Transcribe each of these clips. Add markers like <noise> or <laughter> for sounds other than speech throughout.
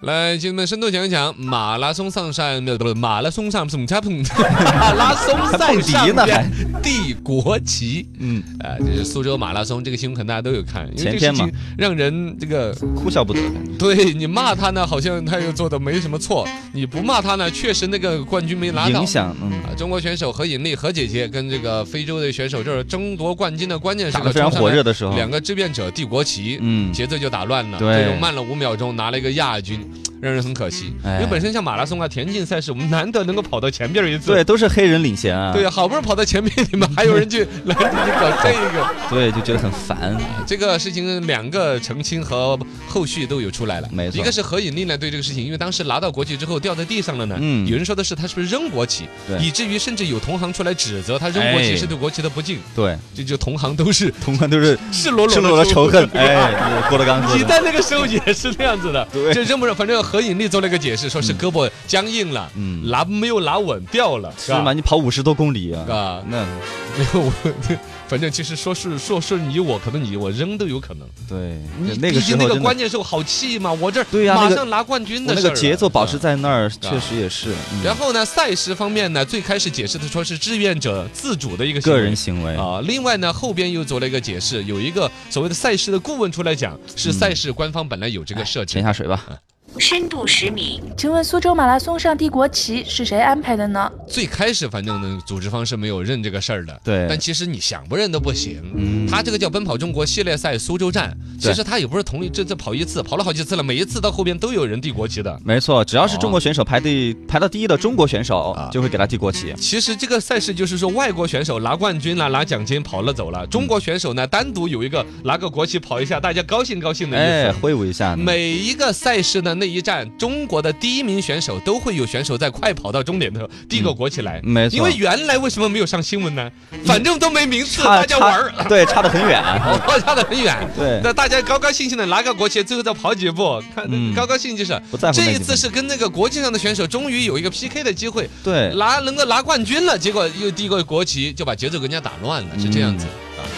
来，亲友们，深度讲一讲马拉松上山，不不，马拉松上上上， <laughs> 马拉松赛还蹦上迪呢边帝国旗。嗯，啊，这是苏州马拉松，这个新闻可能大家都有看，因为这前个天事嘛情让人这个，哭笑不得。对你骂他呢，好像他又做的没什么错；你不骂他呢，确实那个冠军没拿到影。响，嗯，啊，中国选手何引丽何姐姐跟这个非洲的选手，就是争夺冠军的关键时打得刻，非常火热的时候，两个志愿者帝国旗，嗯节奏就打乱了，对最终慢了五秒钟，拿了一个亚军，让人很可惜。哎因为本身像马拉松啊、田径赛事，我们难得能够跑到前边一次，对，都是黑人领衔啊，对，好不容易跑到前面，你们还有人去拦着你 <laughs> 搞这个，对，就觉得很烦。这个事情两个澄清和后续都有出来了。没错一个是何引力呢对这个事情，因为当时拿到国旗之后掉在地上了呢，嗯有人说的是他是不是扔国旗对，以至于甚至有同行出来指责他扔国哎旗是对国旗的不敬，对，这就同行都是 <laughs> 同款都是赤裸赤裸裸的的仇恨。哎，郭德纲说你的，在那个时候也是那样子的，对就认不认？反正何引力做了一个解释，说是胳膊僵硬了，嗯拿没有拿稳掉了，是吗？？你跑五十多公里啊，啊，那没有我，反正其实说是说是你我，可能你我扔都有可能。对你，那个毕时竟候那个真的关键时候好气嘛，我这儿对呀那马个上拿冠军的那事个儿啊了节奏保持。是吧在那儿，吧确实也是。嗯然后呢，赛事方面呢，最开始解释的说是志愿者自主的一个行个为人行为，啊，另外呢，后边又做了一个解释，有一个所谓的赛事的顾问出来讲，是嗯赛事官方本来有这个设置潜，下水吧。嗯深度十米，请问苏州马拉松上帝国旗是谁安排的呢？最开始反正呢，组织方是没有认这个事儿的。对但其实你想不认都不行。嗯他这个叫奔跑中国系列赛苏州站，其实他也不是同一这这跑一次，跑了好几次了，每一次到后边都有人递国旗的。没错，只要是中国选手排第哦排到第一的中国选手啊，就会给他递国旗。其实这个赛事就是说，外国选手拿冠军了，拿奖金跑了走了，中国选手呢单独有一个拿个国旗跑一下，大家高兴高兴的意哎，思。挥舞一下。每一个赛事的那一站，中国的第一名选手都会有选手在快跑到终点的时候递个国旗来。嗯没错因为原来为什么没有上新闻呢？反正都没名次，差大家玩儿。 <laughs> 差对，差得很远。啊哦，差得很远。对那大家高高兴兴的拿个国旗，最后再跑几步，看、嗯高高兴兴就是。不在乎那这几一分次是跟那个国际上的选手终于有一个 PK 的机会，对，拿能够拿冠军了，结果又递个国旗，就把节奏给人家打乱了，是这样子、啊。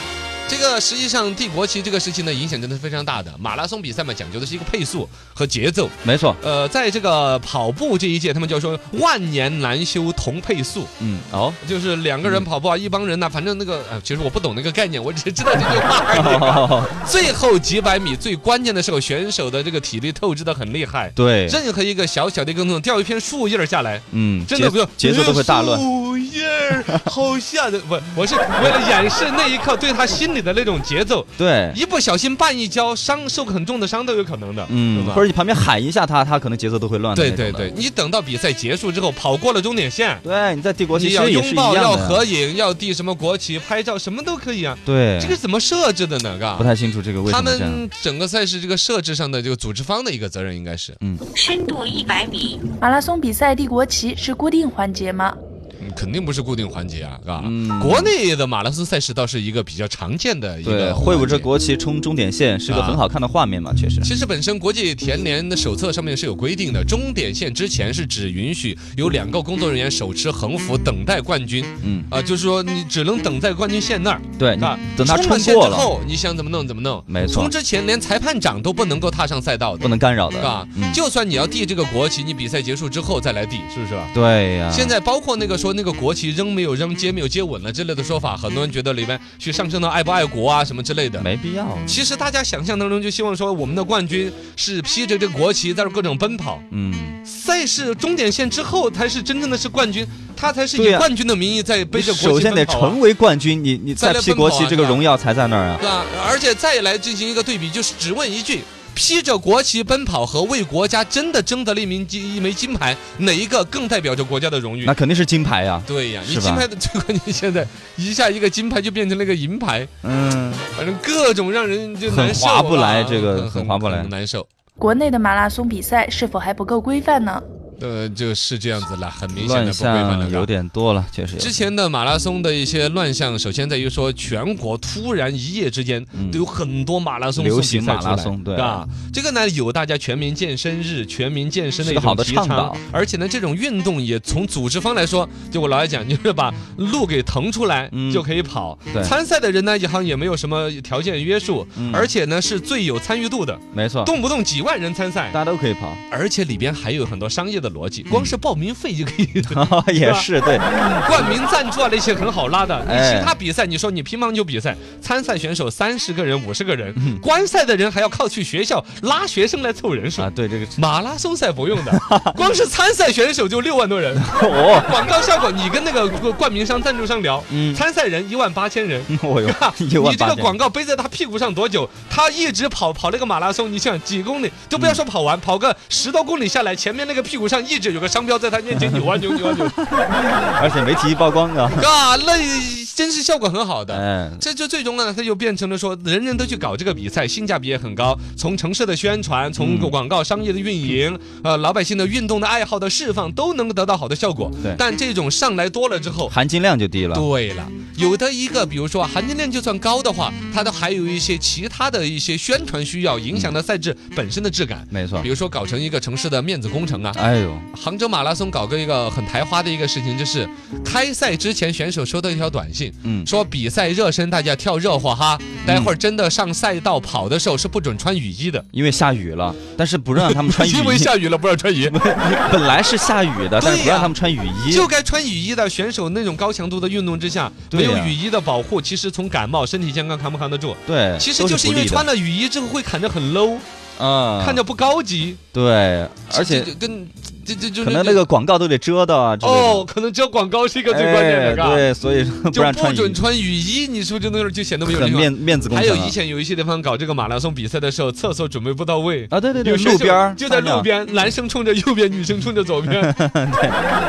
这个实际上递国旗这个事情呢，影响真的是非常大的。马拉松比赛嘛，讲究的是一个配速和节奏。没错。呃，在这个跑步这一届，他们就说万年难修同配速。嗯，哦，就是两个人跑步啊，一帮人呢、反正那个，呃，其实我不懂那个概念，我只知道这句话而已 <laughs> 啊、最后几百米最关键的时候，选手的这个体力透支的很厉害，对，任何一个小小的一个动作，掉一片树叶儿下来，嗯，真的节不用节奏都会大乱。树叶儿好吓人，不，我是为了掩饰那一刻对他心里的那种节奏，对，一不小心绊一跤，伤受很重的伤都有可能的，嗯，对吧或者你旁边喊一下他，他可能节奏都会乱的对那种对的。对，你等到比赛结束之后，跑过了终点线。对，你在帝国旗你其要实也是拥一抱，要样的。合影，要递什么国旗、拍照，什么都可以啊。对，这个怎么设置的呢？嘎不，太清楚这个为他什么这样。们整个赛事这个设置上的这个组织方的一个责任应该是，嗯深度一百米，马拉松比赛帝国旗是固定环节吗？嗯肯定不是固定环节啊，嘎嗯。国内的马拉松赛事倒是一个比较常见的一对，个挥舞环着节。国旗冲终点线是个很好看的画面嘛，确实。其实本身国际田联的手册上面是有规定的，终点线之前是只允许有两个工作人员手持横幅等待冠军，嗯，啊、就是说你只能等在冠军线那儿。对，你啊，等他冲了冲线过之了，后，你想怎么弄怎么弄。没错冲，之前连裁判长都不能够踏上赛道的不，能干扰的。啊嗯，就算你要递这个国旗，你比赛结束之后再来递，是不是吧？对呀。现在包括那个说那个国旗扔没有扔、接没有接稳了之类的说法，很多人觉得里面去上升到爱不爱国啊什么之类的。没必要。其实大家想象当中就希望说我们的冠军是披着这国旗在这各种奔跑，嗯，赛事终点线之后才是真正的是冠军，他才是对以呀冠军的名义在背你着首国旗先得奔跑啊、成为冠军，你你再再来披奔国跑旗，啊这个是吧荣耀才在那儿啊。对吧？而且再来进行一个对比，就是只问一句：披着国旗奔跑和为国家真的争得了一名金一枚金牌，哪一个更代表着国家的荣誉那？肯定是金牌呀。对呀，你是吧金牌的 <laughs> 最关键，现在一下一个金牌就变成了一个银牌，嗯，反正各种让人就难受很划不来了这个很很划不来很难受。国内的马拉松比赛是否还不够规范呢？呃，就是这样子了，很明显嗯乱的不规范了象嘎有。点多了，确实有之前的马拉松的一些乱象，首先在于说，全国突然一夜之间嗯都有很多马拉松流送比行赛马出拉来松对啊，这个呢有大家全民健身日、全民健身的是一个好种的提倡倡导，而且呢，这种运动也从组织方来说，就我老爱讲，就是 <laughs> 把路给腾出来嗯就可以跑对。参赛的人呢，好像也没有什么条件约束嗯，啊而且呢是最有参与度的，没错，动不动几万人参赛大，家都可以 <laughs> 跑，而且里边还有很多商业的逻嗯辑，光是报名费就可以 <laughs> 也是对，冠名赞助啊，那些很好拉的。你哎其他比赛，你说你乒乓球比赛，参赛选手三十个人、五十个人，嗯观赛的人还要靠去学校拉学生来凑人数啊，。对这个马拉松赛不用 <laughs> 的，光是参赛选手就六万多人。哦， <laughs> 广告效果，你跟那个冠名商、赞助商聊，嗯参赛人一万八千人。 <laughs> 我有 <laughs> 你 <laughs> 一万这八个千广告背在他屁股上多久？他一直跑跑那个马拉松，你想几公里都不要说跑完，跑个十多公里下来，前面那个屁股上一直有个商标在他 <laughs> 面前扭啊扭扭啊扭，而且媒体一曝光啊，啊，那真是效果很好的。哎，这就最终呢，它就变成了说，人人都去搞这个比赛，性价比也很高。从城市的宣传，从广告商业的运营，嗯呃，老百姓的运动的爱好的释放，都能够得到好的效果对。但这种上来多了之后，含金量就低了，对了，有的一个，比如说含金量就算高的话，它都还有一些其他的一些宣传需要，影响到赛制本身的质感。没错比，如说搞成一个城市的面子工程啊，哎呦，杭州马拉松搞个一个很台花的一个事情，就是开赛之前选手收到一条短信，嗯说比赛热身大家跳热火哈，待会儿真的上赛道跑的时候是不准穿雨衣的，因为下雨了，但是不让他们穿雨因为 <laughs> 衣，下雨了不让穿雨衣。本来是下雨的，但是对不让呀他们穿雨衣，就该穿雨衣的选手，那种高强度的运动之下，对没有呀雨衣的保护，其实从感冒、身体健康扛不扛得住？对，其实哎都就是不因为利的穿了雨衣之后会看着很 low，啊，看着不高级，对，而这且这跟这这就可能那个广告都得遮到啊之类的，哦，可能遮广告是一个最关键的，哎嘎，对，所以说就让不穿雨准衣，穿雨衣，你是不是就那种就显得没有很礼貌面面子工还程有啊以前有一些地方搞这个马拉松比赛的时候，厕所准备不到位。啊，对对对，有路边儿就在撒尿路边，男生冲着右边，女生冲着左边， <laughs>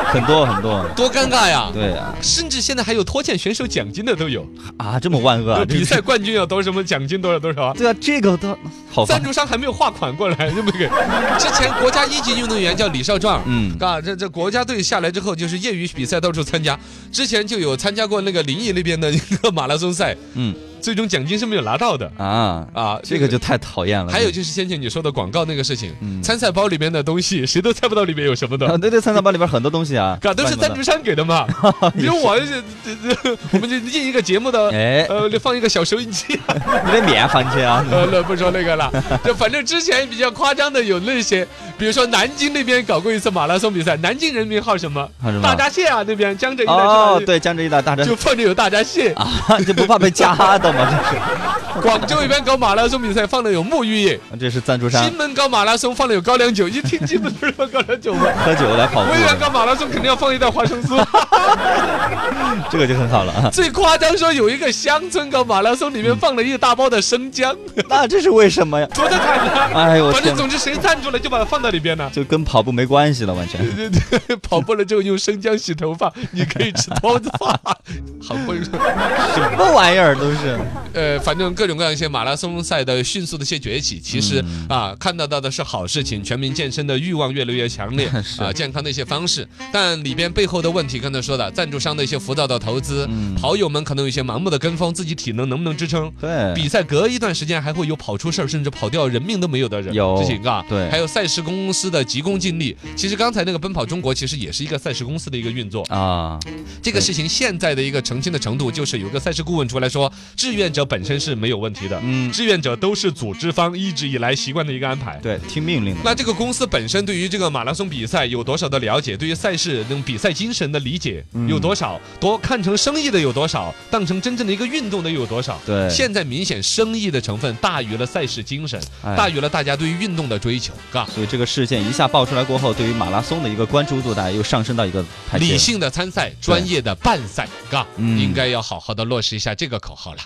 很多很多，多尴尬呀！对啊，甚至现在还有拖欠选手奖金的都有，啊这么万恶啊，这比个赛冠军要多什么奖金多少多少啊，对啊，这个都好赞烦，助商还没有划款过来，就不给。之前国家一级运动员叫李少壮，嗯，啊，这这国家队下来之后，就是业余比赛到处参加。之前就有参加过那个临沂那边的一个马拉松赛，嗯，最终奖金是没有拿到的啊，啊。这个就太讨厌了，还有就是先前你说的广告那个事情，嗯参赛包里面的东西谁都猜不到里面有什么啊，的。对对，参赛包里边很多东西啊，啊，都是赞助商给的嘛。比如我，这这这我们就印一个节目的，哎呃，放一个小收音机，你得免翻去啊， <laughs> 呃，那不说那个了。就反正之前比较夸张的有那些，比如说南京那边搞过一次马拉松比赛，南京人民号什么号什么大闸蟹啊，那边江浙一带是吧 <laughs> 哦，对，江浙一带大战就放着有大闸蟹。啊，这不怕被夹的吗？这是广州一边搞马拉松比赛放的有沐浴液，这是啊赞助商金门搞马拉松放的有高粱酒，一听金门不是放高粱酒吗？喝酒来跑步威，远搞马拉松肯定要放一袋花生 <laughs> 酥。这个就很好了啊，最夸张说有一个乡村搞马拉松，里面嗯放了一大包的生姜， <laughs> 那这是为什么呀？多的惨啊！哎呦我反天正总哪，之谁赞助了就把它放到里边了。就跟跑步没关系了，完 <laughs> 全。对对对，跑步了之后用生姜洗头发，你可以吃 <laughs> 包子饭，好温顺。什么玩意儿都是，呃，反正各种各样一些马拉松赛的迅速的一些崛起，其实、嗯啊，看得到的是好事情，全民健身的欲望越来越强烈 <laughs> 是啊，健康的一些方式，但里边背后的问题，刚才说的赞助商的一些浮躁的投资，嗯跑友们可能有一些盲目的跟风，自己体能能不能支撑？对，比赛隔一段时间还会有跑出事儿，甚至跑掉人命都没有的人，有这些啊，对还有赛事公司的急功近利。其实刚才那个奔跑中国其实也是一个赛事公司的一个运作，啊，这个事情现在的一个澄清的程度，就是有一个赛事顾问出来说，志愿者本身是没有问题的，嗯志愿者都是组织方一直以来习惯的一个安排。对，听命令的，那这个公司本身对于这个马拉松比赛有多少的了解？对于赛事那种比赛精神的理解嗯有多少？多看成生意的有多少？当成真正的一个运动的又有多少？对现在明显生意的成分大于了赛事精神，哎大于了大家对于运动的追求，嘎。所以这个事件一下爆出来过后，对于马拉松的一个关注度，大家又上升到一个台阶了。理性的参赛，专业的办赛，嘎，嗯应该要好好的落实一下这个口号了。